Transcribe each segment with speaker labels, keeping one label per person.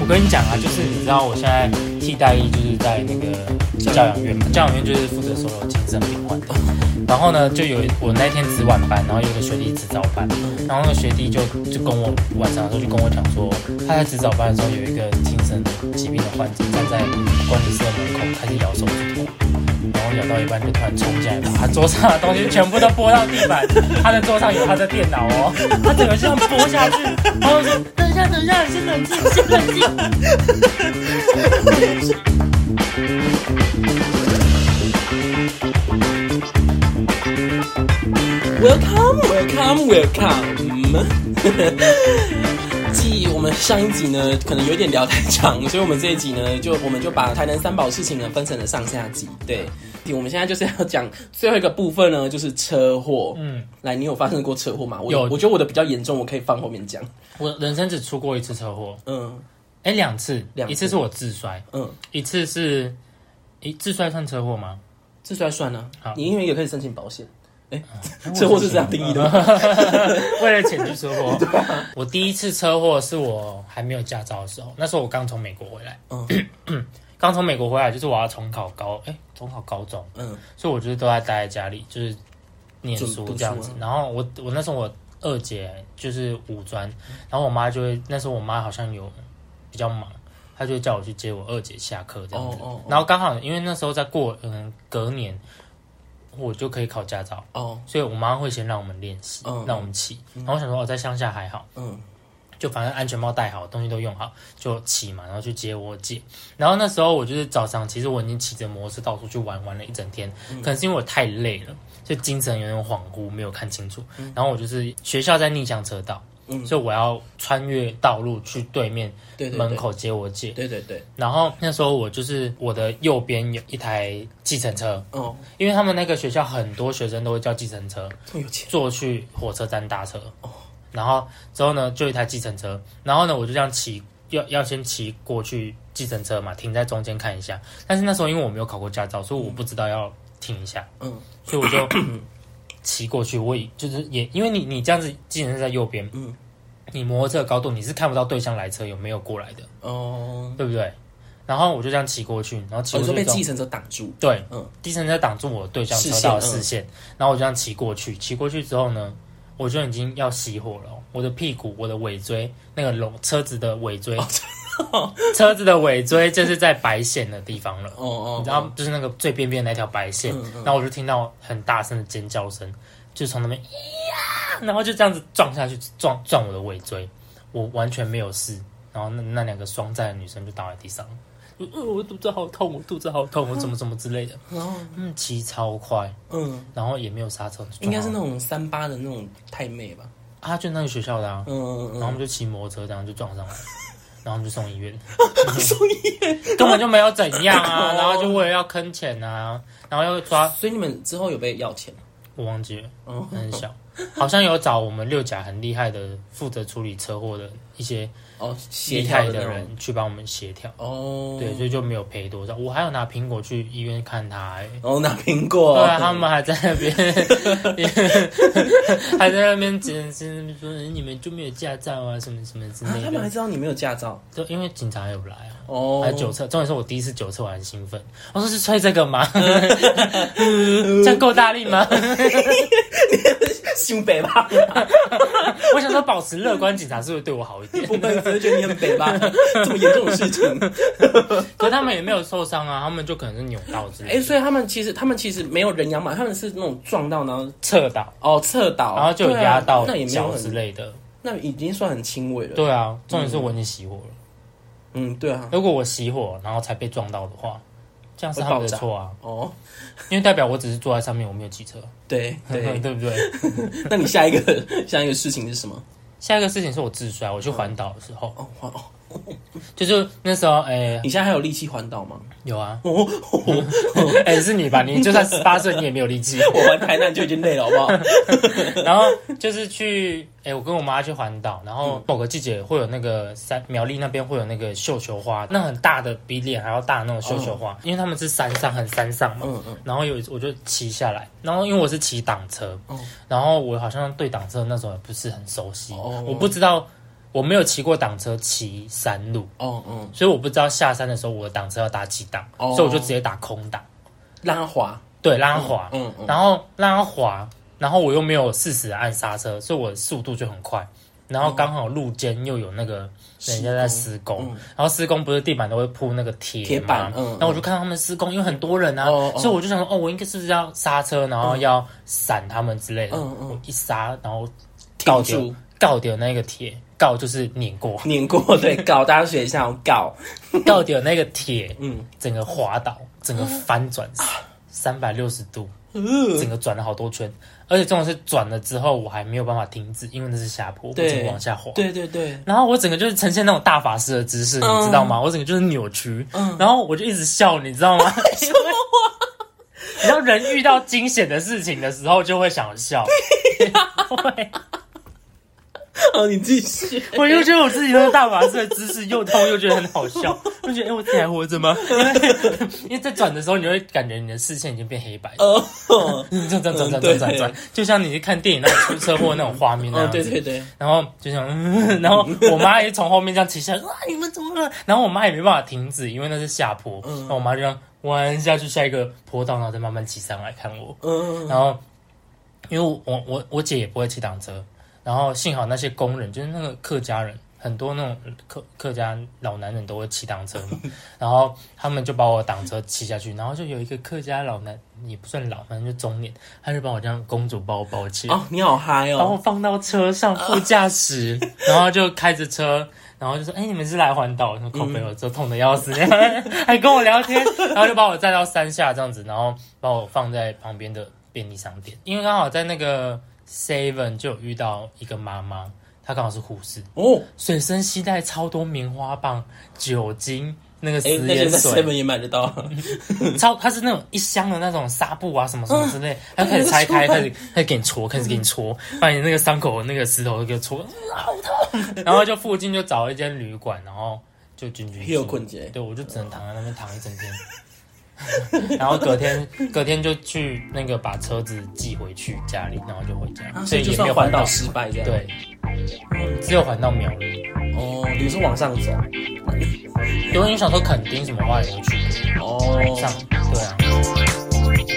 Speaker 1: 我跟你讲啊，就是你知道我现在替代役就是在那个教养院嘛，教养院就是负责所有精神病患的。然后呢，就有一我那天值晚班，然后有个学弟值早班，然后那个学弟就就跟我晚上的时候就跟我讲说，他在值早班的时候有一个精神疾病的患者站在管理室的门口开始咬手指头，然后咬到一半就突然冲进来，把他桌上的东西全部都拨到地板，他的桌上有他的电脑哦，他整个这样拨下去，然后说等一下等一下，先冷静先冷静。
Speaker 2: Welcome, welcome, welcome 继我们上一集呢，可能有点聊太长，所以我们这一集呢，就我们就把台南三宝事情呢分成了上下集。对，我们现在就是要讲最后一个部分呢，就是车祸。
Speaker 1: 嗯，
Speaker 2: 来，你有发生过车祸吗？我
Speaker 1: 有
Speaker 2: 我觉得我的比较严重，我可以放后面讲。
Speaker 1: 我人生只出过一次车祸，
Speaker 2: 嗯
Speaker 1: 哎，两次，
Speaker 2: 两次
Speaker 1: 一次是我自摔，
Speaker 2: 嗯，
Speaker 1: 一次是，诶，自摔算车祸吗？
Speaker 2: 这算算呢、
Speaker 1: 好啊
Speaker 2: 你因为也可以申请保险。 车祸是这样定义的吗？
Speaker 1: 为了钱去车 祸。
Speaker 2: 啊
Speaker 1: 我第一次车祸是我还没有驾照的时候，那时候我刚从美国回来，
Speaker 2: 嗯
Speaker 1: 刚从美国回来，就是我要重考高，哎，重考高中，
Speaker 2: 嗯，
Speaker 1: 所以我就是都在待在家里，就是念
Speaker 2: 就
Speaker 1: 书
Speaker 2: 读书
Speaker 1: 这样子
Speaker 2: 啊。
Speaker 1: 然后我我那时候我二姐就是五专，
Speaker 2: 嗯
Speaker 1: 然后我妈就会那时候我妈好像有比较忙，她就会叫我去接我二姐下课这样子。
Speaker 2: 哦哦哦
Speaker 1: 然后刚好因为那时候在过嗯隔年，我就可以考驾照，
Speaker 2: 哦，
Speaker 1: 所以我妈会先让我们练习，
Speaker 2: 嗯
Speaker 1: 让我们骑。然后我想说我哦在乡下还好。
Speaker 2: 嗯
Speaker 1: 就反正安全帽戴好，东西都用好，就骑嘛，然后去接我姐。然后那时候我就是早上，其实我已经骑着摩托车到处去玩，玩了一整天。
Speaker 2: 嗯
Speaker 1: 可能是因为我太累了，就精神有点恍惚，没有看清楚。然后我就是学校在逆向车道，
Speaker 2: 嗯，
Speaker 1: 所以我要穿越道路去对面
Speaker 2: 对对对
Speaker 1: 门，口接我姐。
Speaker 2: 对对对，
Speaker 1: 然后那时候我就是我的右边有一台计程车，
Speaker 2: 哦，
Speaker 1: 因为他们那个学校很多学生都会叫计程车，
Speaker 2: 这么有钱，
Speaker 1: 坐去火车站搭车，
Speaker 2: 哦
Speaker 1: 然后之后呢，就一台计程车，然后呢，我就这样骑，要要先骑过去计程车嘛，停在中间看一下。但是那时候因为我没有考过驾照，所以我不知道要停一下，
Speaker 2: 嗯
Speaker 1: 所以我 就骑过去。我也就是也因为你你这样子，计程车在右边，
Speaker 2: 嗯，
Speaker 1: 你摩托车的高度你是看不到对向来车有没有过来的，
Speaker 2: 哦，
Speaker 1: 对不对？然后我就这样骑过去，然后骑
Speaker 2: 哦
Speaker 1: 过去
Speaker 2: 你说被
Speaker 1: 之后
Speaker 2: 计程车挡住，
Speaker 1: 对，
Speaker 2: 嗯
Speaker 1: 嗯，计程车挡住我对向车道的视
Speaker 2: 视线嗯
Speaker 1: 线，然后我就这样骑过去，骑过去之后呢，我就已经要熄火了哦，我的屁股、我的尾椎、那个龙车子的尾椎，车哦子的尾椎就是在白线的地方了，
Speaker 2: 哦哦，
Speaker 1: 然后就是那个最边边的那条白线，然后我就听到很大声的尖叫声，就从那边呀，然后就这样子撞下去，撞撞我的尾椎，我完全没有事，然后那那两个双载的女生就倒在地上了。就呃我肚子好痛，我肚子好痛，我 怎么怎么之类的。
Speaker 2: 然后
Speaker 1: 嗯，骑超快，
Speaker 2: 哦嗯，
Speaker 1: 然后也没有刹车，就撞
Speaker 2: 应该是那
Speaker 1: 到
Speaker 2: 种三八的那种太妹吧。
Speaker 1: 啊，就那个学校的啊，
Speaker 2: 嗯
Speaker 1: 然后我
Speaker 2: 嗯
Speaker 1: 们就骑摩托车，然后就撞上来，然后我们就送医院，
Speaker 2: 嗯，所以
Speaker 1: 根本就没有怎样啊，
Speaker 2: 哦
Speaker 1: 然后就为了要坑钱啊，然后又抓，
Speaker 2: 所以你们之后有被要钱？
Speaker 1: 我忘记了，
Speaker 2: 哦
Speaker 1: 很小，好像有找我们六甲很厉害的负责处理车祸的一些
Speaker 2: 哦，
Speaker 1: 厉
Speaker 2: 协
Speaker 1: 害
Speaker 2: 调的
Speaker 1: 的
Speaker 2: 那种
Speaker 1: 人去帮我们协调，
Speaker 2: 哦，
Speaker 1: 对，所以就没有赔多少，我还有拿苹果去医院看他、欸，
Speaker 2: 然后拿苹果，哦
Speaker 1: 对啊，他们还在那边， 还在那边解释说你们就没有驾照啊，什么什么之
Speaker 2: 啊，
Speaker 1: 类
Speaker 2: 他们还
Speaker 1: 的。
Speaker 2: 知道你没有驾照
Speaker 1: 都因为警察有来啊，
Speaker 2: 哦，
Speaker 1: 还酒测，重点是我第一次酒测，我很兴奋。我说是吹这个吗？这样够大力吗？
Speaker 2: 新北吧？
Speaker 1: 我想说保持乐观，警察是不是对我好一点？
Speaker 2: 我本身觉得你很北吧， 这么严重的事情。
Speaker 1: 可是他们也没有受伤啊，他们就可能是扭到之类
Speaker 2: 哎，
Speaker 1: 的，
Speaker 2: 所以他们其实他们其实没有人仰马，他们是那种撞到然后
Speaker 1: 侧倒，
Speaker 2: 哦侧倒，
Speaker 1: 然后就有
Speaker 2: 对啊
Speaker 1: 压到
Speaker 2: 那也没有
Speaker 1: 脚之
Speaker 2: 很，
Speaker 1: 类的。
Speaker 2: 那已经算很轻微了。
Speaker 1: 对啊，重点是我已经熄火了。
Speaker 2: 嗯，对啊，
Speaker 1: 如果我熄火，然后才被撞到的话，这样是他们的
Speaker 2: 会爆炸
Speaker 1: 错啊。
Speaker 2: 哦，
Speaker 1: 因为代表我只是坐在上面，我没有骑车，
Speaker 2: 对 对，
Speaker 1: 对不对？
Speaker 2: 那你下一个下一个事情是什么？
Speaker 1: 下一个事情是我自摔，我去环岛的时候，
Speaker 2: 哦，哇哦，
Speaker 1: 就是那时候，哎、
Speaker 2: 你现在还有力气环岛吗？
Speaker 1: 有啊，
Speaker 2: 哦，
Speaker 1: 哎、是你吧？你就算十八岁，你也没有力气。
Speaker 2: 我玩台南就已经累了， 好不好？
Speaker 1: 然后就是去，哎、我跟我妈去环岛，然
Speaker 2: 嗯
Speaker 1: 后某个季节会有那个山苗栗那边会有那个绣球花，那很大的比脸还要大的那种绣球花，因为他们是山上很山上嘛。
Speaker 2: 哦嗯嗯，
Speaker 1: 然后有一次我就骑下来，然后因为我是骑挡车，
Speaker 2: 哦
Speaker 1: 然后我好像对挡车那时候也不是很熟悉，
Speaker 2: 哦
Speaker 1: 我不知道我没有骑过挡车骑山路，
Speaker 2: 哦嗯，
Speaker 1: 所以我不知道下山的时候我的挡车要打几档，
Speaker 2: 哦
Speaker 1: 所以我就直接打空档，
Speaker 2: 让它滑，
Speaker 1: 对，让它滑，
Speaker 2: 嗯嗯，
Speaker 1: 然后让它滑，然后我又没有适时地按刹车，所以我的速度就很快。然后刚好路肩又有那个人家在施工，
Speaker 2: 嗯
Speaker 1: 然后施工不是地板都会铺那个铁
Speaker 2: 铁板
Speaker 1: 嘛
Speaker 2: 嗯嗯
Speaker 1: 然后我就看到他们施工，因为很多人啊，
Speaker 2: 哦哦
Speaker 1: 所以我就想说，哦，我应该是不是要刹车，然后要闪他们之类的。
Speaker 2: 嗯嗯
Speaker 1: 我一刹，然后
Speaker 2: 停
Speaker 1: 告掉
Speaker 2: 住，，
Speaker 1: 告掉那个铁，告就是碾过
Speaker 2: 碾过，对，搞，大家学一下，我搞，
Speaker 1: 告掉那个铁，
Speaker 2: 嗯，啊
Speaker 1: 整个滑倒，整个翻转三百六十度，
Speaker 2: 呃
Speaker 1: 整个转了好多圈，而且这种是转了之后我还没有办法停止，因为那是下坡，我
Speaker 2: 对
Speaker 1: 整个往下滑。
Speaker 2: 对对对，
Speaker 1: 然后我整个就是呈现那种大法师的姿势，
Speaker 2: 嗯
Speaker 1: 你知道吗？我整个就是扭曲，
Speaker 2: 嗯哎
Speaker 1: 然后我就一直笑，你知道 吗？因为你知道人遇到惊险的事情的时候就会想笑，对，
Speaker 2: 哦，你继续，
Speaker 1: 我又觉得我自己那个大法师的姿势又痛又觉得很好笑，我觉得哎、诶我自己还活着 吗？因为因为在转的时候你会感觉你的视线已经变黑白，
Speaker 2: 哦，
Speaker 1: 转转转转转转转，就像你去看电影那种出车祸那种画面那
Speaker 2: 哦，
Speaker 1: 样
Speaker 2: 对
Speaker 1: 子。
Speaker 2: 对对，
Speaker 1: 然后就想， 嗯然后我妈也从后面这样骑下来，哇，你们怎么了？然后我妈也没办法停止，因为那是下坡。然后我妈就这样弯下去下一个坡道，然后再慢慢骑上来看我。
Speaker 2: 嗯，
Speaker 1: 然后因为我我我我姐也不会骑挡车，然后幸好那些工人就是那个客家人，很多那种客客家老男人都会骑挡车嘛，然后他们就把我挡车骑下去，然后就有一个客家老男也不算老，反正就中年，他就把我这样公主抱抱起来，
Speaker 2: 哦，你好嗨
Speaker 1: 把我
Speaker 2: 哦，
Speaker 1: 放到车上副驾驶， 然后就开着车，然后就说：“哎、你们是来环岛？”我说：“靠北，我这痛的要死， 还跟我聊天。”然后就把我载到山下这样子，然后把我放在旁边的便利商店，因为刚好在那个 Seven 就有遇到一个妈妈，她刚好是护士，
Speaker 2: 哦，
Speaker 1: 随身携带超多棉花棒、酒精。那个食
Speaker 2: 哎，那
Speaker 1: 盐
Speaker 2: 些在
Speaker 1: 水，
Speaker 2: Seven 也买得到，
Speaker 1: 超它是那种一箱的那种纱布啊，什么什么之类，它开始拆
Speaker 2: 啊
Speaker 1: 开，开始开始给你戳，开始给你戳，把你那个伤口那个石头给戳，啊好痛！然后就附近就找一间旅馆，然后就进去
Speaker 2: 也有
Speaker 1: 住。
Speaker 2: 困结，
Speaker 1: 对，我就只能躺在那边躺一整天。然后隔天， 隔天就去那个把车子寄回去家里，然后就回家，
Speaker 2: 啊
Speaker 1: 所以也
Speaker 2: 就
Speaker 1: 没
Speaker 2: 算
Speaker 1: 有
Speaker 2: 环
Speaker 1: 环
Speaker 2: 岛
Speaker 1: 到
Speaker 2: 失败这样，，
Speaker 1: 对，只有环到苗栗。
Speaker 2: 哦，你是往上走，
Speaker 1: 因为你想说垦丁什么话也没去
Speaker 2: 哦，
Speaker 1: 上，对啊。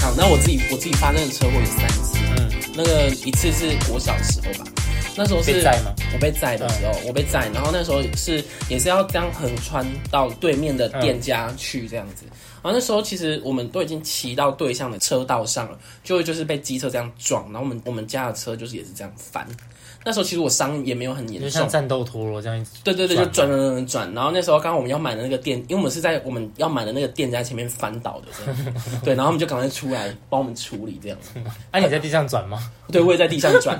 Speaker 2: 好，那我自己我自己发生的车祸有三次，
Speaker 1: 嗯，
Speaker 2: 那个一次是我小时候吧，那时候是嗯
Speaker 1: 被载吗？
Speaker 2: 我被载的时候，我被载，然后那时候是也是要这样横穿到对面的店家去这样子。然后那时候其实我们都已经骑到对向的车道上了，就就是被机车这样撞，然后我们我们家的车就是也是这样翻。那时候其实我伤也没有很严
Speaker 1: 就像
Speaker 2: 重，
Speaker 1: 战斗陀螺这样一直
Speaker 2: 对对对，就
Speaker 1: 转
Speaker 2: 转转转转。然后那时候刚刚我们要买的那个店，因为我们是在我们要买的那个店家前面翻倒的，这样对，然后他们就赶快出来帮我们处理这样。
Speaker 1: 啊，你在地上转吗？
Speaker 2: 对，我也在地上转，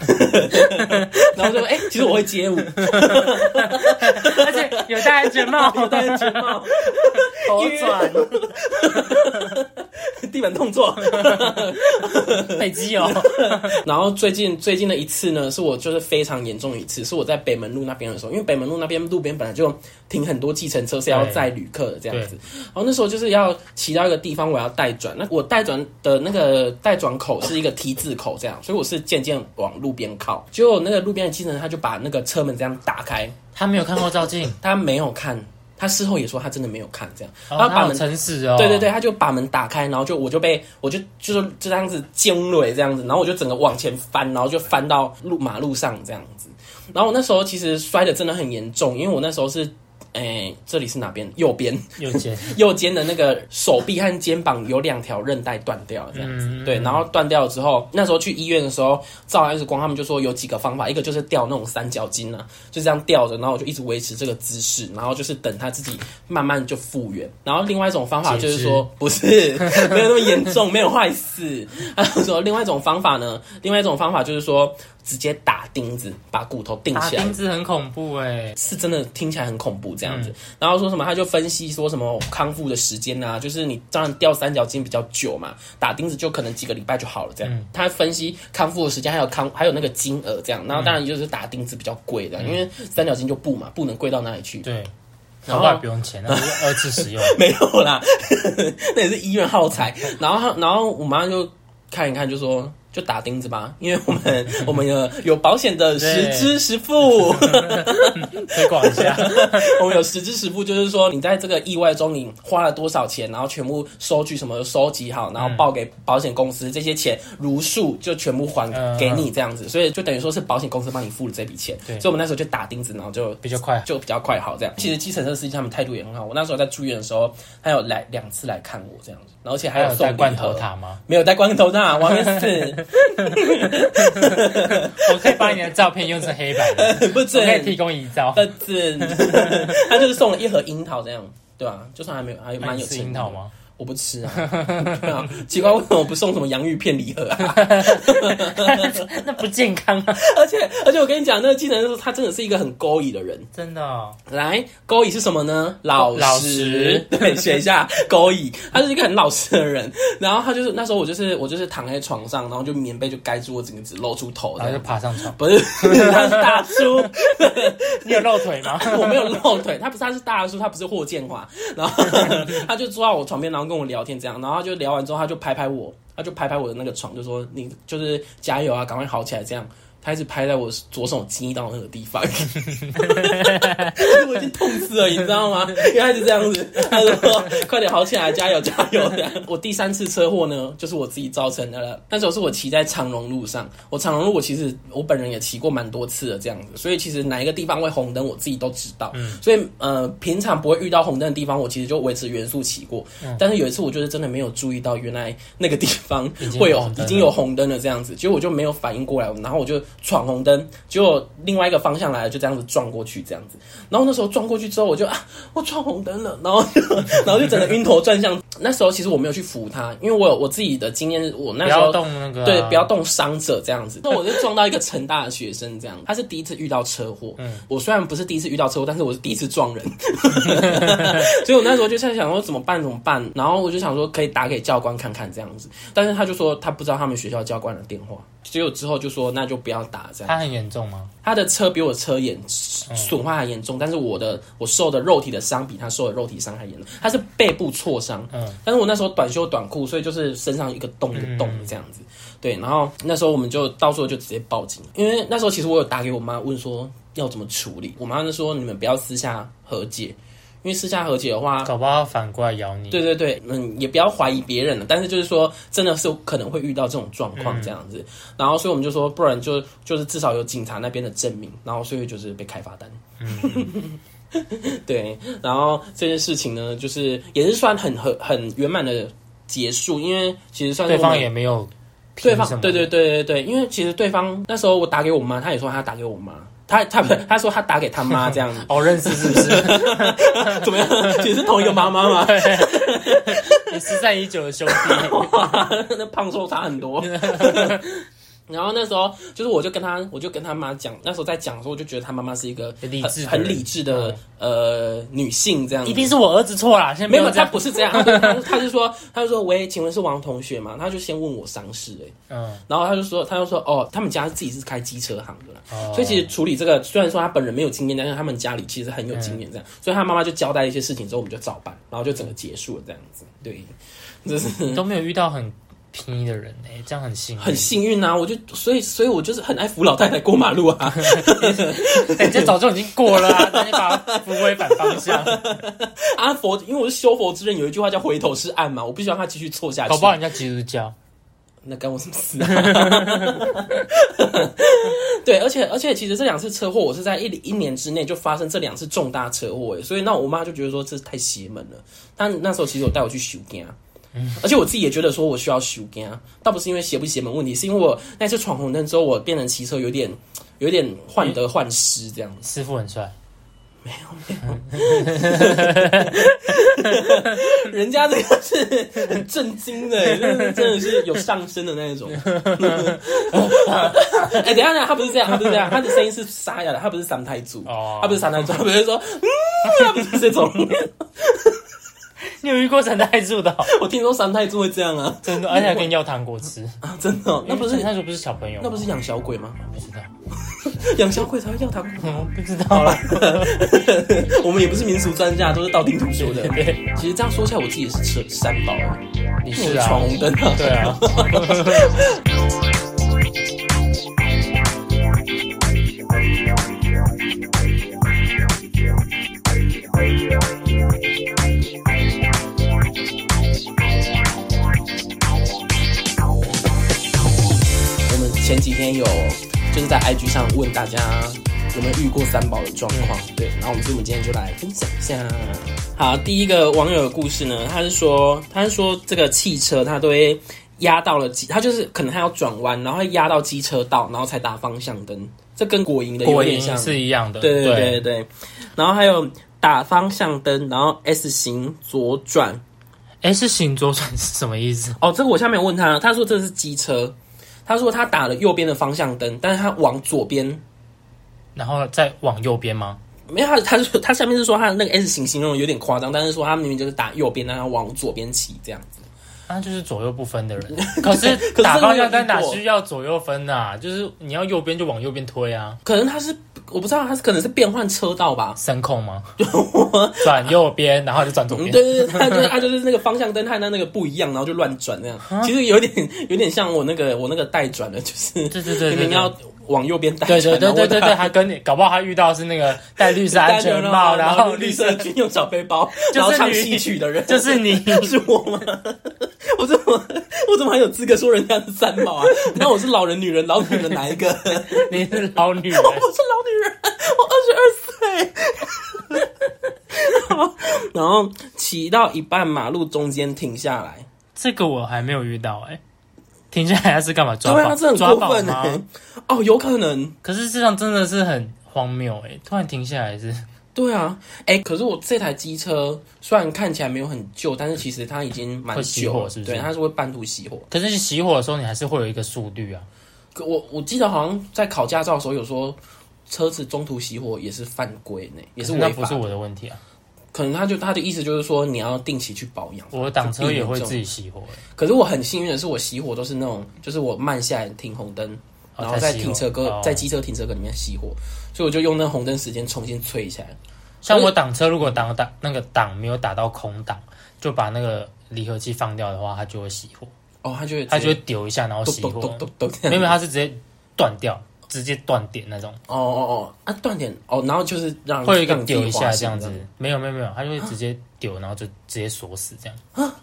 Speaker 2: 然后就哎、其实我会街舞，
Speaker 1: 而且有戴安全帽，
Speaker 2: 戴安全 帽，
Speaker 1: 头转，
Speaker 2: 地板动作。
Speaker 1: 北极哦，
Speaker 2: 然后最近最近的一次呢，是我就是非常严重的一次，是我在北门路那边的时候，因为北门路那边路边本来就停很多计程车是要载旅客的这样子。然后那时候就是要骑到一个地方，我要带转，那我带转的那个带转口是一个 T 字口这样，所以我是渐渐往路边靠。结果那个路边的计程车他就把那个车门这样打开，
Speaker 1: 他没有看后照镜，
Speaker 2: 他没有看。他事后也说他真的没有看，这样，然
Speaker 1: 哦
Speaker 2: 后
Speaker 1: 他
Speaker 2: 把
Speaker 1: 好
Speaker 2: 门
Speaker 1: 诚实哦，
Speaker 2: 对对对，，他就把门打开，然后就我就被我就就是就这样子尖锐这样子，然后我就整个往前翻，然后就翻到路马路上这样子。然后我那时候其实摔的真的很严重，因为我那时候是哎、这里是哪边？右边，
Speaker 1: 又 接
Speaker 2: 右肩的那个手臂和肩膀有两条韧带断掉了，这样子。
Speaker 1: 嗯
Speaker 2: 对，然后断掉了之后，那时候去医院的时候，照 X 光他们就说有几个方法，一个就是吊那种三角巾啊，就这样吊着，然后我就一直维持这个姿势，然后就是等它自己慢慢就复原。然后另外一种方法 就是说，不是没有那么严重，没有坏死。他就说另外一种方法呢，另外一种方法就是说直接打钉子把骨头钉
Speaker 1: 打
Speaker 2: 起来
Speaker 1: 钉。子很恐怖哎、
Speaker 2: 是真的听起来很恐怖这样子。然后说什么，他就分析说什么康复的时间啊，就是你当然吊三角巾比较久嘛，打钉子就可能几个礼拜就好了这样。他分析康复的时间，还有康还有那个金额这样。然后当然就是打钉子比较贵的，因为三角巾就布嘛，不能贵到哪里去。
Speaker 1: 对，
Speaker 2: 然
Speaker 1: 然
Speaker 2: 后
Speaker 1: 后不用钱，那是二次使用。
Speaker 2: 没有啦， 那也是医院耗材。然后他，然后我妈就看一看，就说就打钉子吧，因为我们我们有有保险的实支实 付。
Speaker 1: 推广一 下，
Speaker 2: 我们有实支实付，就是说你在这个意外中你花了多少钱，然后全部收据什么都收集好，然后报给保险公司，这些钱如数就全部还
Speaker 1: 嗯
Speaker 2: 给你这样子，所以就等于说是保险公司帮你付了这笔钱。
Speaker 1: 对
Speaker 2: 所以我们那时候就打钉子，然后就
Speaker 1: 比较快。
Speaker 2: 就比较快好这样。其实计程车司机他们态度也很好，我那时候在住院的时候，他有来两次来看我这样子，然后而且还
Speaker 1: 还有
Speaker 2: 送
Speaker 1: 带
Speaker 2: 礼
Speaker 1: 罐头
Speaker 2: 盒。
Speaker 1: 塔 吗？
Speaker 2: 没有带光头塔，我还没死，
Speaker 1: 我可以把你的照片用成黑白 的，
Speaker 2: 不
Speaker 1: 我可以
Speaker 2: 准，
Speaker 1: 提供遗照。
Speaker 2: 不准。他就是送了一盒樱桃这样，对吧、就算还没有，还
Speaker 1: 那
Speaker 2: 蛮
Speaker 1: 你
Speaker 2: 有
Speaker 1: 吃
Speaker 2: 钱的
Speaker 1: 樱桃吗？
Speaker 2: 我不吃啊，对啊， 奇怪为什么不送什么洋芋片礼盒啊？
Speaker 1: 那不健康啊！
Speaker 2: 而且而且我跟你讲，那个技能他真的是一个很勾引的人。
Speaker 1: 真的哦、
Speaker 2: 来，勾引是什么呢？老
Speaker 1: 老
Speaker 2: 实
Speaker 1: 实，
Speaker 2: 对，写一下勾引，他是一个很老实的人。然后他就是那时候我就是我就是躺在床上，然后就棉被就盖住我整个只露出头
Speaker 1: 然后
Speaker 2: 的
Speaker 1: 就。爬上床。
Speaker 2: 不是，他是 大叔，
Speaker 1: 你有露腿吗？
Speaker 2: 我没有露腿，他不是，他是大叔，他不是霍建华。 然后他就坐在我床边，然后跟我聊天这样，然后他就聊完之后，他就拍拍我，他就拍拍我的那个床，就说你就是加油啊，赶快好起来这样。他一直拍在我左手惊到那个地方，我已经痛死了，你知道吗？因为他一直这样子，他说快点好起来，加油加 油这样。我第三次车祸呢，就是我自己造成的了。那时候是我骑在长荣路上，我长荣路我其实我本人也骑过蛮多次的这样子，所以其实哪一个地方会红灯，我自己都知道。
Speaker 1: 嗯
Speaker 2: 所以呃，平常不会遇到红灯的地方，我其实就维持原速骑过。
Speaker 1: 嗯
Speaker 2: 但是有一次，我就是真的没有注意到，原来那个地方
Speaker 1: 已经有
Speaker 2: 会有
Speaker 1: 红灯
Speaker 2: 已
Speaker 1: 了
Speaker 2: 经有红灯了这样子，结果我就没有反应过来，然后我就闯红灯，结果另外一个方向来了，就这样子撞过去这样子。然后那时候撞过去之后，我就啊，我闯红灯了，然后就 然后就整个晕头转向。那时候其实我没有去扶他，因为我有我自己的经验，我那
Speaker 1: 不
Speaker 2: 时候
Speaker 1: 要动啊那个、
Speaker 2: 对，不要。动伤者这样子。那我就撞到一个成大的学生这样，他是第一次遇到车祸。
Speaker 1: 嗯
Speaker 2: 我虽然不是第一次遇到车祸，但是我是第一次撞人， 所以我那时候就在想说怎么办怎么办。然后我就想说可以打给教官看看这样子，但是他就说他不知道他们学校教官的电话，结果之后就说那就不要打这样。
Speaker 1: 它很严重吗？
Speaker 2: 他的车比我车严损坏还严重，但是我的我受的肉体的伤比他受的肉体伤还严重，他是背部挫伤，
Speaker 1: 嗯
Speaker 2: 但是我那时候短袖短裤，所以就是身上一个洞一个洞这样子，对，然后那时候我们就到时候就直接报警，因为那时候其实我有打给我妈问说要怎么处理，我妈就说你们不要私下和解，因为私下和解的话，
Speaker 1: 搞不好反过来咬你。
Speaker 2: 对对对，嗯，也不要怀疑别人了，但是就是说，真的是可能会遇到这种状况
Speaker 1: 嗯
Speaker 2: 这样子，然后所以我们就说，不然就就是至少有警察那边的证明，然后所以就是被开罚单。
Speaker 1: 嗯
Speaker 2: 对，然后这件事情呢，就是也是算很很很圆满的结束，因为其实算是
Speaker 1: 对
Speaker 2: 我们
Speaker 1: 方也没有凭
Speaker 2: 对
Speaker 1: 什么。
Speaker 2: 方对对对对对，因为其实对方那时候我打给我妈，她也说她打给我妈，她她不她说她打给她妈这样 子，
Speaker 1: 哦，认识是不是？
Speaker 2: 怎么样？其实是同一个妈妈嘛，
Speaker 1: 你失散已久的兄弟，
Speaker 2: 哇，那胖瘦差很 多。然后那时候就是，我就跟他，我就跟他妈讲，那时候在讲的时候，我就觉得他妈妈是一个
Speaker 1: 很理
Speaker 2: 很
Speaker 1: 智的
Speaker 2: 很
Speaker 1: 人嗯
Speaker 2: 理智的、呃女性这样子。
Speaker 1: 一定是我儿子错啦。现在
Speaker 2: 没有，
Speaker 1: 有这
Speaker 2: 他
Speaker 1: 样，
Speaker 2: 不 是这样，他就他就他就说，他就说，喂，请问是王同学吗？他就先问我伤势、欸，
Speaker 1: 嗯，
Speaker 2: 然后他就说，他就说，哦，他们家自己是开机车行的啦，
Speaker 1: 哦
Speaker 2: 所以其实处理这个，虽然说他本人没有经验，但是他们家里其实很有经验，
Speaker 1: 嗯
Speaker 2: 这样，所以他妈妈就交代一些事情之后，我们就照办，然后就整个结束了这样子，对，这是
Speaker 1: 你都没有遇到很便宜的人哎、这样很幸运。
Speaker 2: 很幸运啊，我就所以所以我就是很爱扶老太太过马路啊，
Speaker 1: 人家哎早就已经过了啊， 但你把它扶回反方 向，
Speaker 2: 啊佛，因为我是修佛之人，有一句话叫回头是岸嘛，我不希望他继续错下去。
Speaker 1: 搞不好人家基督教。
Speaker 2: 那干我什么事啊？对，而且而且，其实这两次车祸，我是在一一年之内就发生这两次重大车祸，欸所以那我妈就觉得说这太邪门了。但那时候其实有带我去修肝，而且我自己也觉得说我需要修肝，倒不是因为邪不邪门问题，是因为我那次闯红灯之后，我变成骑车有点有点患得患失这样子。
Speaker 1: 师傅很帅，
Speaker 2: 没有没有，人家这个是很震惊的， 真的是真的是有上升的那一种。 哎、等一下，等一下，他不是这样，他不是这样，他的声音是沙哑的，他不是三太子，
Speaker 1: 哦
Speaker 2: 他不是三太子，他不是说，嗯，他不是这种。
Speaker 1: 你有遇过陈太柱的哦、
Speaker 2: 我听说三太子会这样啊，
Speaker 1: 真的，而且还跟你要糖果吃。
Speaker 2: 啊，真的哦、 那不
Speaker 1: 陈
Speaker 2: 是
Speaker 1: 太柱不是小朋友吗，
Speaker 2: 那不是养小鬼吗？
Speaker 1: 不知道，
Speaker 2: 养小鬼才会要糖果。
Speaker 1: 嗯，不知道了。
Speaker 2: 我们也不是民俗专家，都是道听途说的。
Speaker 1: 对，
Speaker 2: 其实这样说起来，我自己也是吃三宝，
Speaker 1: 你
Speaker 2: 因为
Speaker 1: 是
Speaker 2: 我
Speaker 1: 啊，
Speaker 2: 闯红灯啊。
Speaker 1: 对啊。
Speaker 2: 我们前几天有就是在 IG 上问大家有没有遇过三宝的状况，对，然后我们所以我们今天就来分享一下。好，第一个网友的故事呢，他是说，他是说这个汽车他都会压到了机，他就是可能他要转弯，然后会压到机车道，然后才打方向灯，这跟果蝇的有
Speaker 1: 果
Speaker 2: 点
Speaker 1: 蝇
Speaker 2: 像，
Speaker 1: 嗯是一样的，
Speaker 2: 对对对对，然后还有打方向灯，然后 S 型左转，
Speaker 1: S 型左转是什么意思？
Speaker 2: 哦，这个我下面有问他，他说这是机车，他说他打了右边的方向灯，但是他往左边，
Speaker 1: 然后再往右边吗？
Speaker 2: 没有他，他是他下面是说他的那个 S 型形容得有点夸张，但是说他明明就是打右边，但他往左边骑这样子。
Speaker 1: 那就是左右不分的 人。可是
Speaker 2: 可是
Speaker 1: 打
Speaker 2: 这个
Speaker 1: 方
Speaker 2: 没有
Speaker 1: 向灯
Speaker 2: 遇
Speaker 1: 哪
Speaker 2: 过
Speaker 1: 需要左右分啊？就是你要右边就往右边推啊，
Speaker 2: 可能他是我不知道，他是可能是变换车道吧。
Speaker 1: 声控 吗？转右边，然后就转左
Speaker 2: 嗯，
Speaker 1: 边。
Speaker 2: 对对对，他就是他就是那个方向灯和他那个不一样，然后就乱转那样。其实有点有点像我那个我那个带转的，就是
Speaker 1: 对对对对
Speaker 2: 明明要往右边带
Speaker 1: 对
Speaker 2: 转，
Speaker 1: 对对对对
Speaker 2: 然后
Speaker 1: 对，他跟你搞不好他遇到是那个戴绿色
Speaker 2: 我
Speaker 1: 安
Speaker 2: 戴
Speaker 1: 全
Speaker 2: 着
Speaker 1: 帽，然
Speaker 2: 然
Speaker 1: 后
Speaker 2: 绿
Speaker 1: 绿
Speaker 2: 色
Speaker 1: 色，
Speaker 2: 军用小背包，
Speaker 1: 就是
Speaker 2: 然后唱
Speaker 1: 你
Speaker 2: 戏曲的人，
Speaker 1: 就是你。
Speaker 2: 是我吗？我怎么我怎么还有资格说人家是三宝 啊？那我是老人、女人、老女人哪一个？ 我是
Speaker 1: 你是老女人，
Speaker 2: 老女人，我二十二岁。 然后骑到一半马路中间停下来，
Speaker 1: 这个我还没有遇到哎、停下来他是干嘛抓
Speaker 2: 对啊，
Speaker 1: 宝？
Speaker 2: 这很
Speaker 1: 抓
Speaker 2: 过
Speaker 1: 宝
Speaker 2: 分
Speaker 1: 吗
Speaker 2: 哎、？哦，有可能，
Speaker 1: 可是这样真的是很荒谬哎、突然停下来是
Speaker 2: 对啊，哎、可是我这台机车虽然看起来没有很旧，但是其实它已经蛮
Speaker 1: 会熄
Speaker 2: 旧
Speaker 1: 火
Speaker 2: 了，
Speaker 1: 是不是
Speaker 2: 对，它是会半途熄火。
Speaker 1: 可是你熄火的时候，你还是会有一个速率啊。
Speaker 2: 可我我记得好像在考驾照的时候有说，车子中途熄火也是犯规呢，也是
Speaker 1: 那
Speaker 2: 违
Speaker 1: 不
Speaker 2: 法
Speaker 1: 是。我的问题啊，
Speaker 2: 可能他就他的意思就是说你要定期去保养。
Speaker 1: 我挡车也会自己熄火、欸，
Speaker 2: 可是我很幸运的是，我熄火都是那种，就是我慢下来停红灯，
Speaker 1: 哦
Speaker 2: 然后在
Speaker 1: 再熄火
Speaker 2: 停车格
Speaker 1: 哦
Speaker 2: 在机车停车格里面熄火，所以我就用那红灯时间重新吹起来。
Speaker 1: 像我挡车，如果挡挡那个挡没有打到空档，就把那个离合器放掉的话，它就会熄火，
Speaker 2: 哦，他就会
Speaker 1: 它就会
Speaker 2: 直接
Speaker 1: 丢一下，然后熄
Speaker 2: 咚
Speaker 1: 火。
Speaker 2: 咚咚咚咚这
Speaker 1: 没有，
Speaker 2: 样。
Speaker 1: 没有它是直接断掉，直接断点那种，
Speaker 2: 哦哦哦，啊断点哦，然后就是让
Speaker 1: 会有一个
Speaker 2: 让
Speaker 1: 丢一
Speaker 2: 自己滑
Speaker 1: 下
Speaker 2: 行
Speaker 1: 这样子。没有，没有，没有，它就会直接丢，然后就直接锁死 这样。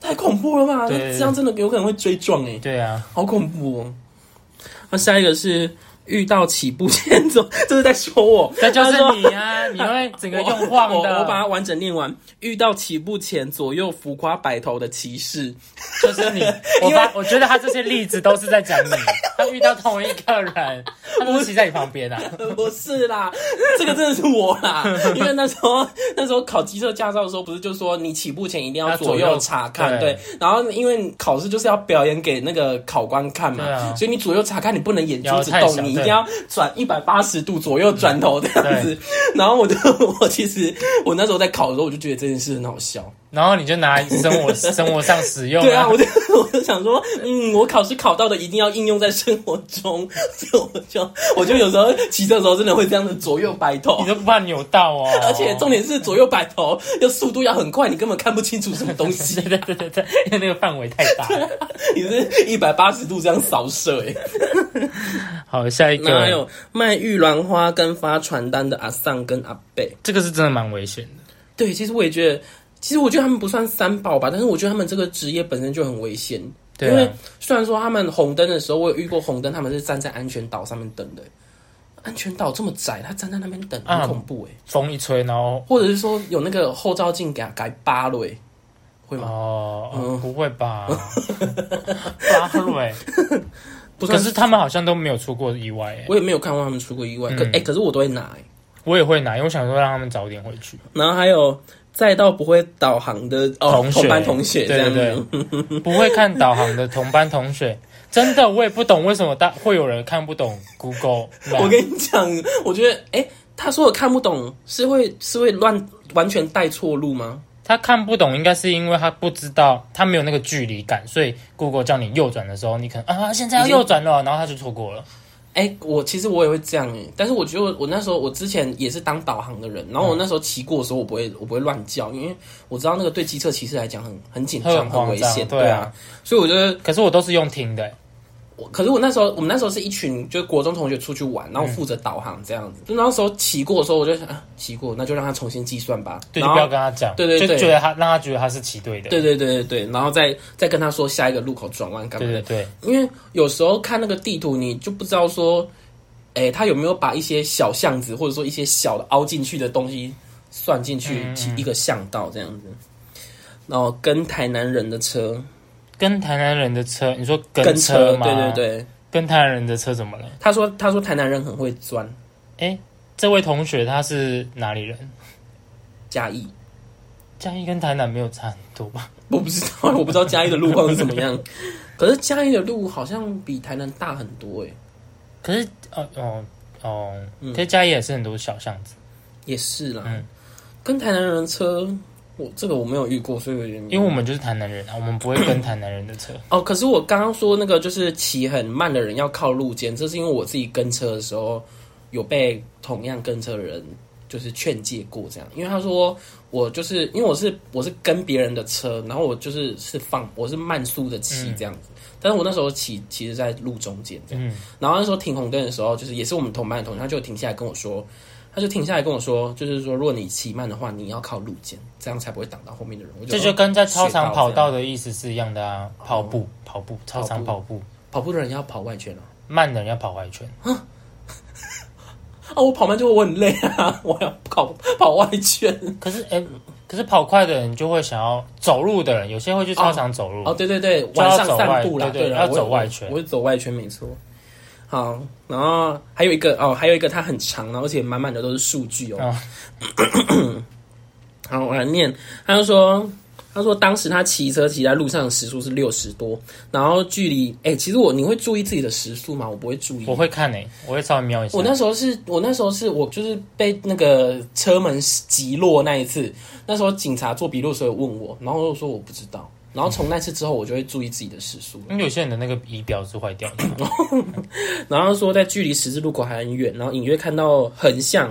Speaker 2: 太恐怖了吧？
Speaker 1: 对对对
Speaker 2: 这样真的有可能会追撞哎、
Speaker 1: 对啊，
Speaker 2: 好恐怖哦！那下一个是遇到起步线走， 这是在说我。
Speaker 1: 这就
Speaker 2: 他说
Speaker 1: 是你啊，你 会整个用晃
Speaker 2: 我我
Speaker 1: 的，
Speaker 2: 我把它完整念完。遇到起步前左右浮夸摆头的骑士，
Speaker 1: 就是 你。我发，我觉得他这些例子都是在讲你，他遇到同一个人，他都是骑在你旁边啊。
Speaker 2: 不是啦，这个真的是我啦。因为那时候那时候考机车驾照的时候，不是就说你起步前一定要
Speaker 1: 要
Speaker 2: 左
Speaker 1: 左右
Speaker 2: 右查看，
Speaker 1: 对
Speaker 2: 对。然后因为考试就是要表演给那个考官看嘛，
Speaker 1: 对啊
Speaker 2: 所以你左右查看，你不能眼珠子
Speaker 1: 摇太小
Speaker 2: 动，你一
Speaker 1: 对
Speaker 2: 定要转一百八十度左右转头这样子。然后我就我其实我那时候在考的时候，我就觉得这件事很好笑。
Speaker 1: 然后你就拿来生 活生活上使用、
Speaker 2: 对啊，我就我就想说，嗯，我考试考到的一定要应用在生活中，所以我就我就有时候骑车的时候真的会这样子左右摆头
Speaker 1: 你。都不怕扭到哦。
Speaker 2: 而且重点是左右摆头，要速度要很快，你根本看不清楚什么东西
Speaker 1: 对。 对对对对，因为那个范围太 大了。
Speaker 2: 你是一百八十度这样扫射、欸，
Speaker 1: 好，下一
Speaker 2: 那还
Speaker 1: 个，
Speaker 2: 有卖玉兰花跟发传单的阿丧跟阿贝。
Speaker 1: 这个是真的蛮危险的。
Speaker 2: 对，其实我也觉得，其实我觉得他们不算三宝吧，但是我觉得他们这个职业本身就很危险。
Speaker 1: 对啊
Speaker 2: 因为虽然说他们红灯的时候，我有遇过红灯，他们是站在安全岛上面等的。安全岛这么窄，他站在那边等，
Speaker 1: 啊
Speaker 2: 很恐怖哎、
Speaker 1: 风一吹，然后
Speaker 2: 或者是说有那个后照镜给他改扒了哎、会吗？
Speaker 1: 哦、
Speaker 2: 嗯
Speaker 1: 不会 吧？巴瑞，
Speaker 2: 不
Speaker 1: 可
Speaker 2: 算
Speaker 1: 是他们好像都没有出过意外、欸，
Speaker 2: 我也没有看过他们出过意外，可哎、
Speaker 1: 嗯
Speaker 2: 可是我都会拿哎、
Speaker 1: 我也会拿，因为我想说让他们早点回去。
Speaker 2: 然后还有载到不会导航的哦
Speaker 1: 同学
Speaker 2: 班同学这
Speaker 1: 对
Speaker 2: 样
Speaker 1: 对
Speaker 2: 子，
Speaker 1: 对， 不会看导航的同班同学，真的我也不懂为什么大会有人看不懂 Google Map。
Speaker 2: 我跟你讲，我觉得哎、他说我看不懂是会是会乱完全带错路吗？
Speaker 1: 他看不懂，应该是因为他不知道，他没有那个距离感，所以 Google 叫你右转的时候，你可能啊现在要右转了，然后他就错过了。
Speaker 2: 哎、我其实我也会这样哎、但是我觉得我我那时候我之前也是当导航的人，然后
Speaker 1: 嗯
Speaker 2: 我那时候骑过的时候，我不会我不会乱叫，因为我知道那个对机车骑士来讲很很紧
Speaker 1: 会
Speaker 2: 张
Speaker 1: 很
Speaker 2: 很危
Speaker 1: 慌张
Speaker 2: 险，
Speaker 1: 对啊
Speaker 2: 对啊，所以我觉得
Speaker 1: 可是我都是用听的、欸
Speaker 2: 我可是我那时候，我们那时候是一群就是国中同学出去玩，然后我负责导航这样子。
Speaker 1: 嗯
Speaker 2: 就那时候骑过的时候，我就想啊，骑过那就让他重新计算吧。
Speaker 1: 对，就
Speaker 2: 然后
Speaker 1: 不要跟他讲，
Speaker 2: 对对对
Speaker 1: 就觉得他让他觉得他是骑对的。
Speaker 2: 对对对对对，然后再再跟他说下一个路口转弯干嘛
Speaker 1: 对
Speaker 2: 的
Speaker 1: 对。对，
Speaker 2: 因为有时候看那个地图，你就不知道说，哎，他有没有把一些小巷子或者说一些小的凹进去的东西算进去
Speaker 1: 嗯嗯，嗯
Speaker 2: 骑一个巷道这样子。然后跟台南人的车，
Speaker 1: 跟台南人的车，你说跟
Speaker 2: 跟
Speaker 1: 车吗？
Speaker 2: 对对，对，
Speaker 1: 跟台南人的车怎么了？
Speaker 2: 他说他说台南人很会钻
Speaker 1: 这位同学他是哪里人？
Speaker 2: 嘉义。
Speaker 1: 嘉义跟台南没有差很多吧？
Speaker 2: 我不知道，我不知道嘉义的路况是怎么样。 可是嘉义的路好像比台南大很多欸诶、
Speaker 1: 可是哦哦哦，
Speaker 2: 嗯
Speaker 1: 可是嘉义也是很多小巷子。
Speaker 2: 也是啦。
Speaker 1: 嗯
Speaker 2: 跟台南人的车，我这个我没有遇过，所以我有点
Speaker 1: 因为我们就是台南人啊，我们不会跟台南人的车。
Speaker 2: 哦，可是我刚刚说那个就是骑很慢的人要靠路肩，这是因为我自己跟车的时候有被同样跟车的人就是劝诫过这样，因为他说我就是因为我是我是跟别人的车，然后我就是是放我是慢速的骑这样子，但是我那时候骑其实在路中间这样。
Speaker 1: 嗯，
Speaker 2: 然后那时候停红灯的时候，就是也是我们同班的同学，他就停下来跟我说，他就停下来跟我说，就是说如果你骑慢的话，你要靠路肩，这样才不会挡到后面的人。我
Speaker 1: 这
Speaker 2: 就
Speaker 1: 就
Speaker 2: 哦
Speaker 1: 跟在操场跑道的意思是一样的啊，跑步跑步，操场
Speaker 2: 跑
Speaker 1: 跑步，
Speaker 2: 跑步的人要跑外圈哦。
Speaker 1: 慢的人要跑外圈。
Speaker 2: 啊，我跑慢就我很累啊， 我要跑跑外圈。
Speaker 1: 可是哎，可是跑快的人就会想要走路的人，有些会去操场走
Speaker 2: 哦，
Speaker 1: 路。
Speaker 2: 对对对，
Speaker 1: 嗯就要
Speaker 2: 晚上
Speaker 1: 走
Speaker 2: 散
Speaker 1: 外
Speaker 2: 步啦，
Speaker 1: 对对
Speaker 2: 啦
Speaker 1: 要
Speaker 2: 我
Speaker 1: 走
Speaker 2: 我
Speaker 1: 外圈
Speaker 2: 我会走外圈没错。好，然后还有一个哦，还有一个它很长，然后而且满满的都是数据哦。
Speaker 1: 哦
Speaker 2: 好，我来念，他就说。他说，当时他骑车骑在路上的时速是六十多，然后距离，哎、其实我你会注意自己的时速吗？我不会注意，
Speaker 1: 我会看诶，我会稍微瞄一下
Speaker 2: 我。那时候是我那时候是我就是被那个车门击落那一次，那时候警察做笔录的时候有问我，然后我就说我不知道，然后从那次之后我就会注意自己的时速了，
Speaker 1: 因为有些人的那个仪表是坏掉的嘛，
Speaker 2: 然后说在距离十字路口还很远，然后隐约看到横向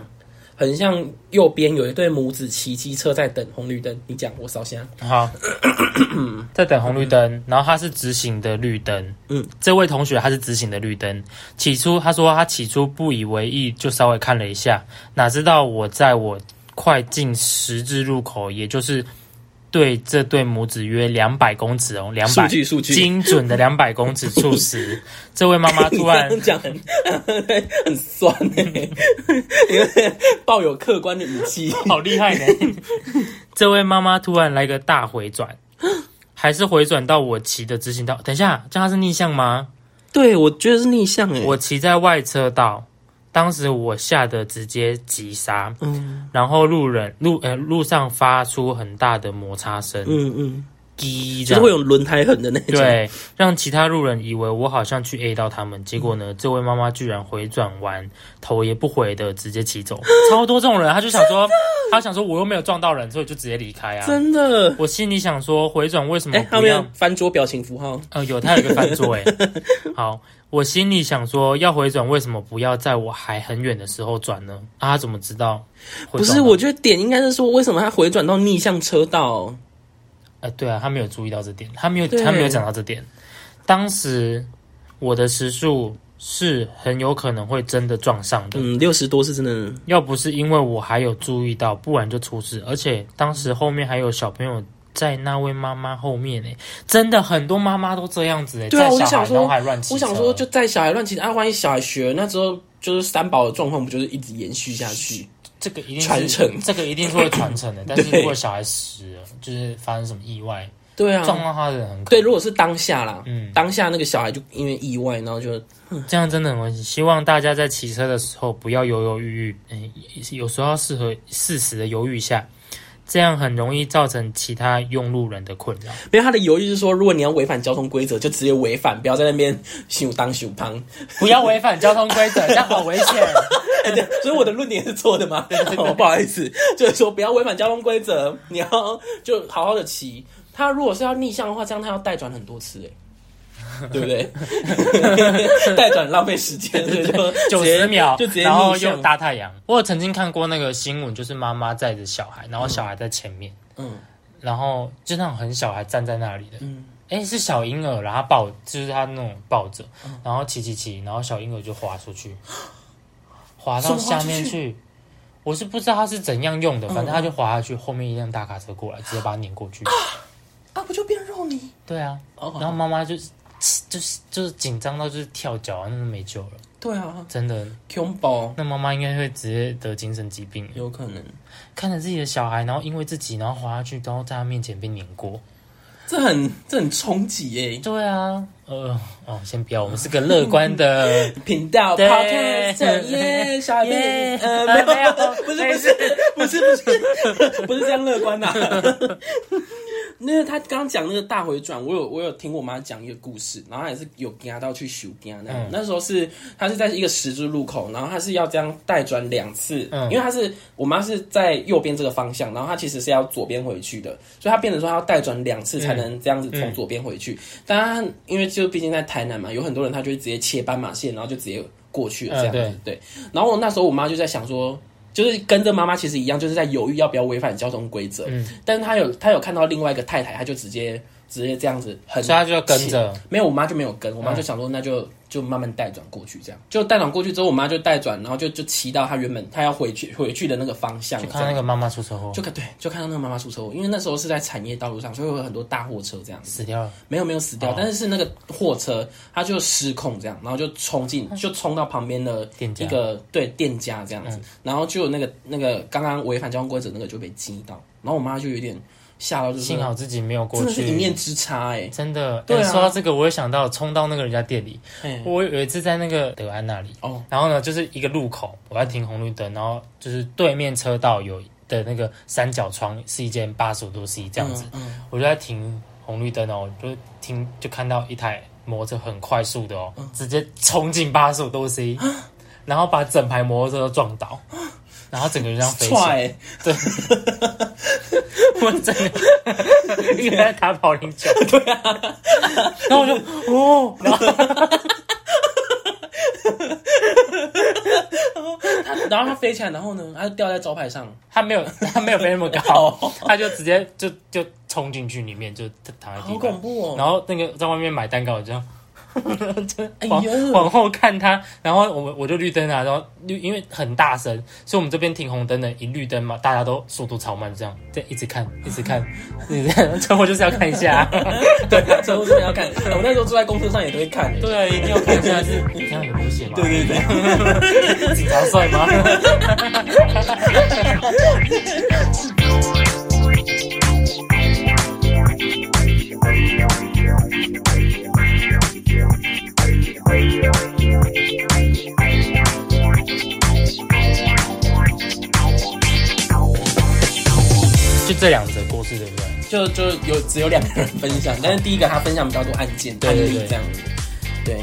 Speaker 2: 横向右边有一对母子骑机车在等红绿灯，你讲我烧啊香，
Speaker 1: 好，在等红绿灯，然后他是直行的绿灯。
Speaker 2: 嗯，
Speaker 1: 这位同学他是直行的绿灯。起初他说他起初不以为意，就稍微看了一下，哪知道我在我快进十字路口，也就是对这对母子约两百公尺哦，两
Speaker 2: 数
Speaker 1: 百
Speaker 2: 据数据。
Speaker 1: 精准的两百公尺处时，这位妈妈
Speaker 2: 你
Speaker 1: 突
Speaker 2: 这
Speaker 1: 然
Speaker 2: 样讲很很酸哎、欸， 因为抱有客观的语气，
Speaker 1: 好厉 害呢！这位妈妈突然来个大回转，还是回转到我骑的直行道。等一下，这样它是逆向吗？
Speaker 2: 对我觉得是逆向哎、
Speaker 1: 我骑在外车道，当时我吓得直接急刹，
Speaker 2: 嗯
Speaker 1: 然后路人路呃路上发出很大的摩擦声，
Speaker 2: 嗯嗯，
Speaker 1: 滴、这
Speaker 2: 就是
Speaker 1: 样
Speaker 2: 会有轮胎痕的那种。，
Speaker 1: 对，让其他路人以为我好像去 A 到他们，结果
Speaker 2: 嗯
Speaker 1: 呢，这位妈妈居然回转完头也不回的直接骑 走，超多这种人，他就想说，他想说我又没有撞到人，所以就直接离开啊。
Speaker 2: 真的。
Speaker 1: 我心里想说，回转为什么
Speaker 2: 哎、他
Speaker 1: 不
Speaker 2: 们
Speaker 1: 要
Speaker 2: 有？翻桌表情符号，
Speaker 1: 呃，有他有一个翻桌 哎、好，我心里想说，要回转为什么不要在我还很远的时候转呢？啊，他怎么知道？
Speaker 2: 不是？我，觉得点应该是说，为什么他回转到逆向车道？
Speaker 1: 呃，对啊，他没有注意到这点，他没有，
Speaker 2: 对
Speaker 1: 他没有讲到这点。当时我的时速是很有可能会真的撞上的，
Speaker 2: 嗯，六十多是真的。
Speaker 1: 要不是因为我还有注意到，不然就出事。而且当时后面还有小朋友在那位妈妈后面哎、真的很多妈妈都这样子哎、欸，
Speaker 2: 对啊
Speaker 1: 载
Speaker 2: 我就
Speaker 1: 小孩
Speaker 2: 想说
Speaker 1: 然后还乱骑
Speaker 2: 啊我想
Speaker 1: 车
Speaker 2: 说，就带小孩乱骑，啊，万一小孩学了那之后，就是三宝的状况不就是一直延续下去？
Speaker 1: 这个一定是
Speaker 2: 传承
Speaker 1: 这个一定是会传 承的。但是
Speaker 2: 对
Speaker 1: 如果小孩死了，就是发生什么意外，
Speaker 2: 对
Speaker 1: 撞
Speaker 2: 啊，
Speaker 1: 到他的人很可
Speaker 2: 对，如果是当下啦，
Speaker 1: 嗯，
Speaker 2: 当下那个小孩就因为意外，然后就
Speaker 1: 这样真的很危险。希望大家在骑车的时候不要犹犹豫豫，嗯，有时候要适合适时的犹豫一下，这样很容易造成其他用路人的困扰。
Speaker 2: 没有他的犹豫是说，如果你要违反交通规则，就直接违反，不要在那边修当修胖。
Speaker 1: 不要违反交通规则，这样好危险。
Speaker 2: 所以我的论点是错的 吗？哦，不好意思，就是说不要违反交通规则，你要就好好的骑。他如果是要逆向的话，这样他要带转很 多次，哎，对不 对？带转浪费时间，所以说
Speaker 1: 九
Speaker 2: 直接
Speaker 1: 十秒，
Speaker 2: 就直接
Speaker 1: 然后
Speaker 2: 逆
Speaker 1: 又
Speaker 2: 向。
Speaker 1: 大太阳。我有曾经看过那个新闻，就是妈妈载着小孩，然后小孩在前面，
Speaker 2: 嗯
Speaker 1: 然后就那种很小孩站在那里的，
Speaker 2: 嗯，
Speaker 1: 哎、是小婴儿，然后他抱，就是他那种抱着，
Speaker 2: 嗯
Speaker 1: 然后骑骑骑，然后小婴儿就滑出去，滑到下面
Speaker 2: 什么滑出
Speaker 1: 去。我是不知道他是怎样用的，反正
Speaker 2: 嗯
Speaker 1: 他就滑下去，后面一辆大卡车过来，直接把他碾过去。
Speaker 2: 啊，不就变肉泥？
Speaker 1: 对啊，然后
Speaker 2: 哦，
Speaker 1: 妈妈就是就是就是紧张到就是跳脚啊，那都没救了，
Speaker 2: 对啊
Speaker 1: 真的。
Speaker 2: ，Q 宝
Speaker 1: 那妈妈应该会直接得精神疾病。
Speaker 2: 有可能，
Speaker 1: 看着自己的小孩，然后因为自己，然后滑下去，然后在他面前被碾过。
Speaker 2: 这很这很冲击欸耶。
Speaker 1: 对啊，呃，哦，先不要，我们是个乐观 的。
Speaker 2: 频道
Speaker 1: 对
Speaker 2: podcast 耶，小孩
Speaker 1: 耶
Speaker 2: 妹，呃，
Speaker 1: 呃
Speaker 2: 没有，不
Speaker 1: 没有
Speaker 2: 是不是不是不是 不是这样乐观呐、那个他刚讲那个大回转，我有我有听我妈讲一个故事，然后她也是有跟到去修跟那样。
Speaker 1: 嗯
Speaker 2: 那时候是她是在一个十字路口，然后她是要这样带转两次，
Speaker 1: 嗯
Speaker 2: 因为她是我妈是在右边这个方向，然后她其实是要左边回去的，所以她变成说她要带转两次才
Speaker 1: 嗯
Speaker 2: 能这样子从左边回去。但她因为就毕竟在台南嘛，有很多人他就会直接切斑马线，然后就直接过去了这样子。
Speaker 1: 嗯
Speaker 2: 对，然后我那时候我妈就在想说，就是跟着妈妈其实一样，就是在犹豫要不要违反交通规则。
Speaker 1: 嗯，
Speaker 2: 但是她有她有看到另外一个太太，她就直接直接这样子很
Speaker 1: 所以他就要跟着，嗯
Speaker 2: 没有，我妈就没有跟，我妈就想说那就就慢慢带转过去，这样就带转过去之后，我妈就带转，然后就就骑到她原本她要回去回去的那个方向
Speaker 1: 就，
Speaker 2: 这
Speaker 1: 看到那
Speaker 2: 样
Speaker 1: 个妈妈出车祸
Speaker 2: 就看对，就看到那个妈妈出车祸，因为那时候是在产业道路上，所以会有很多大货车这样子，
Speaker 1: 死掉了，
Speaker 2: 没有没有死掉，
Speaker 1: 哦
Speaker 2: 但是是那个货车它就失控这样，然后就冲进就冲到旁边的
Speaker 1: 店家
Speaker 2: 一个对店家这样子，然后就有那个那个刚刚违反交通规则那个就被击到，然后我妈就有点吓到，就
Speaker 1: 幸
Speaker 2: 是
Speaker 1: 好自己没有过
Speaker 2: 真的是一念
Speaker 1: 去。
Speaker 2: 之差哎、
Speaker 1: 真的，
Speaker 2: 对啊
Speaker 1: 哎说到这个，我也想到冲到那个人家店里。
Speaker 2: 欸，
Speaker 1: 我有一次在那个德安那里，
Speaker 2: 哦，
Speaker 1: 然后呢，就是一个路口，我在停红绿灯，然后就是对面车道有的那个三角窗是一间八十五度 C 这样子，
Speaker 2: 嗯，嗯
Speaker 1: 我就在停红绿灯哦，我就停就看到一台摩托车很快速的哦，
Speaker 2: 嗯
Speaker 1: 直接冲进八十五度 C，然
Speaker 2: 啊
Speaker 1: 后把整排摩托车都撞倒，然后整个人这样 飞起来，
Speaker 2: 踹，
Speaker 1: 我整个 一个在打保龄 球，对啊，然后我就哦，然后
Speaker 2: 然后它飞起来，然后呢，它就掉在招牌上，
Speaker 1: 他没有 他没有飞那么高，他就直接就就冲进去里面就躺在
Speaker 2: 好
Speaker 1: 地
Speaker 2: 恐
Speaker 1: 板。
Speaker 2: 怖哦！
Speaker 1: 然后那个在外面买蛋糕，我就这样
Speaker 2: 哎
Speaker 1: 往、
Speaker 2: 呦，
Speaker 1: 往后看他，然后我们我就绿灯啊，然后绿因为很大声，所以我们这边停红灯的，一绿灯嘛，大家都速度超慢，这样这样一直看，一直 看，一直看，车祸就是要看一下，
Speaker 2: 对，车祸真的要看，我那时候坐在公车上也都会看，
Speaker 1: 对啊，一定要看一下是 这样有危险啊吗？
Speaker 2: 对对。
Speaker 1: 警察帅吗？就这两则故事，对不对？
Speaker 2: 就就有只有两个人分享，但是第一个他分享比较多案件
Speaker 1: 对
Speaker 2: 案
Speaker 1: 对
Speaker 2: 例
Speaker 1: 对
Speaker 2: 这样子，对。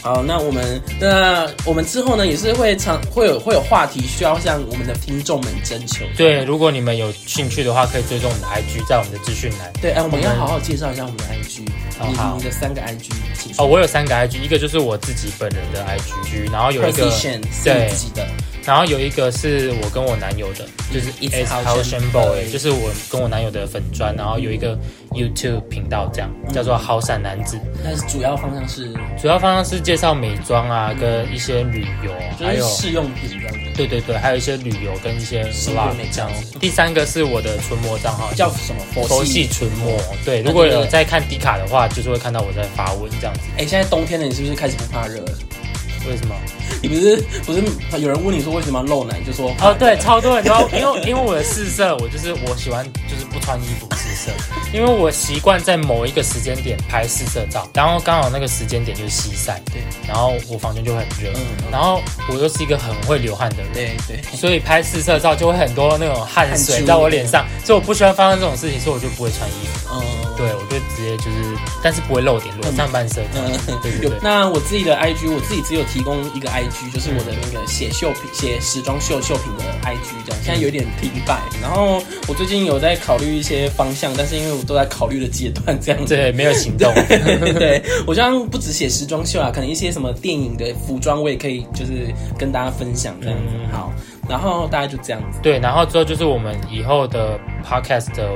Speaker 2: 好，那我们那我们之后呢，也是会常会有会有话题需要向我们的听众们征求。
Speaker 1: 对，如果你们有兴趣的话，可以追踪我们的 IG，在我们的资讯栏。
Speaker 2: 对，哎，我们要
Speaker 1: 我们
Speaker 2: 好好介绍一下我们的 IG，
Speaker 1: 哦
Speaker 2: 你
Speaker 1: 好哦
Speaker 2: 你的三个 IG，请说
Speaker 1: 哦，我有三个 IG，一个就是我自己本人的 IG，然后有一个
Speaker 2: Precision 是
Speaker 1: 对
Speaker 2: 你自己的，
Speaker 1: 然后有一个是我跟我男友的，
Speaker 2: 嗯
Speaker 1: 就是
Speaker 2: It's
Speaker 1: It's
Speaker 2: How
Speaker 1: How
Speaker 2: Shen
Speaker 1: Shen Boy，
Speaker 2: Boy
Speaker 1: 就是我跟我男友的粉砖，然后有一个 YouTube 频道，这样
Speaker 2: 嗯
Speaker 1: 叫做好闪男子，
Speaker 2: 但是主要方向是
Speaker 1: 主要方向是介绍美妆啊，跟一些旅游，
Speaker 2: 就
Speaker 1: 还
Speaker 2: 是
Speaker 1: 有
Speaker 2: 试用品这样子，
Speaker 1: 对对对，还有一些旅游跟一些
Speaker 2: 新
Speaker 1: vlog
Speaker 2: 闻美
Speaker 1: 这
Speaker 2: 妆
Speaker 1: 样。第三个是我的唇膜账号，
Speaker 2: 叫什么
Speaker 1: 佛
Speaker 2: 佛
Speaker 1: 系
Speaker 2: 系？
Speaker 1: 唇膜。对，
Speaker 2: 对
Speaker 1: 如果有在看迪卡的话，就是会看到我在发文这样子。
Speaker 2: 哎、现在冬天了，你是不是开始不怕热了？
Speaker 1: 为什么？
Speaker 2: 你不是不是有人问你说为什么要露奶，你就说
Speaker 1: 哦，对，超多人都因为因为我的试色，我就是我喜欢就是不穿衣服试色，因为我习惯在某一个时间点拍试色照，然后刚好那个时间点就是西晒，
Speaker 2: 对
Speaker 1: 然后我房间就会很热，
Speaker 2: 嗯嗯
Speaker 1: 然后我又是一个很会流汗的人。
Speaker 2: 对对，
Speaker 1: 所以拍试色照就会很多那种汗
Speaker 2: 汗
Speaker 1: 水
Speaker 2: 珠
Speaker 1: 在我脸上，所以我不喜欢发生这种事情，所以我就不会穿衣服。
Speaker 2: 嗯，
Speaker 1: 对， 我就直接就是，但是不会露点，裸上半身。
Speaker 2: 嗯。
Speaker 1: 对对
Speaker 2: 有
Speaker 1: 对，
Speaker 2: 那我自己的 IG，我自己只有提供一个 IG，就是我的那个写绣品、写时装秀秀品的 IG，这样现在有点停摆。然后我最近有在考虑一些方向，但是因为我都在考虑的阶段，这样子。
Speaker 1: 对，没有行动。
Speaker 2: 对我像不止写时装秀啊，可能一些什么电影的服装，我也可以就是跟大家分享这样子。
Speaker 1: 嗯
Speaker 2: 好，然后大概就这样子。
Speaker 1: 对，然后之后就是我们以后的 podcast 的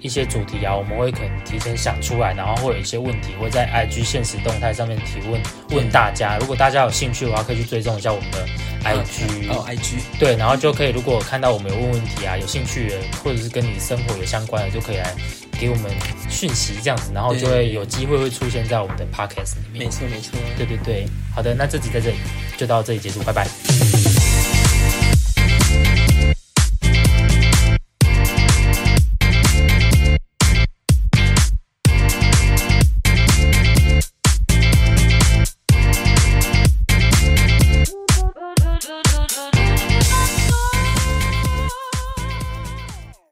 Speaker 1: 一些主题啊，我们会可能提前想出来，然后会有一些问题会在 IG 现实动态上面提问问大家。如果大家有兴趣的话，可以去追踪一下我们的 IG。
Speaker 2: 哦，IG，
Speaker 1: 对，然后就可以，如果看到我们有问问题啊，有兴趣的或者是跟你生活有相关的，就可以来给我们讯息这样子，然后就会有机会会出现在我们的 podcast 里
Speaker 2: 没
Speaker 1: 面。
Speaker 2: 错没错。
Speaker 1: 对对对，好的，那这集在这里就到这里结束，拜拜。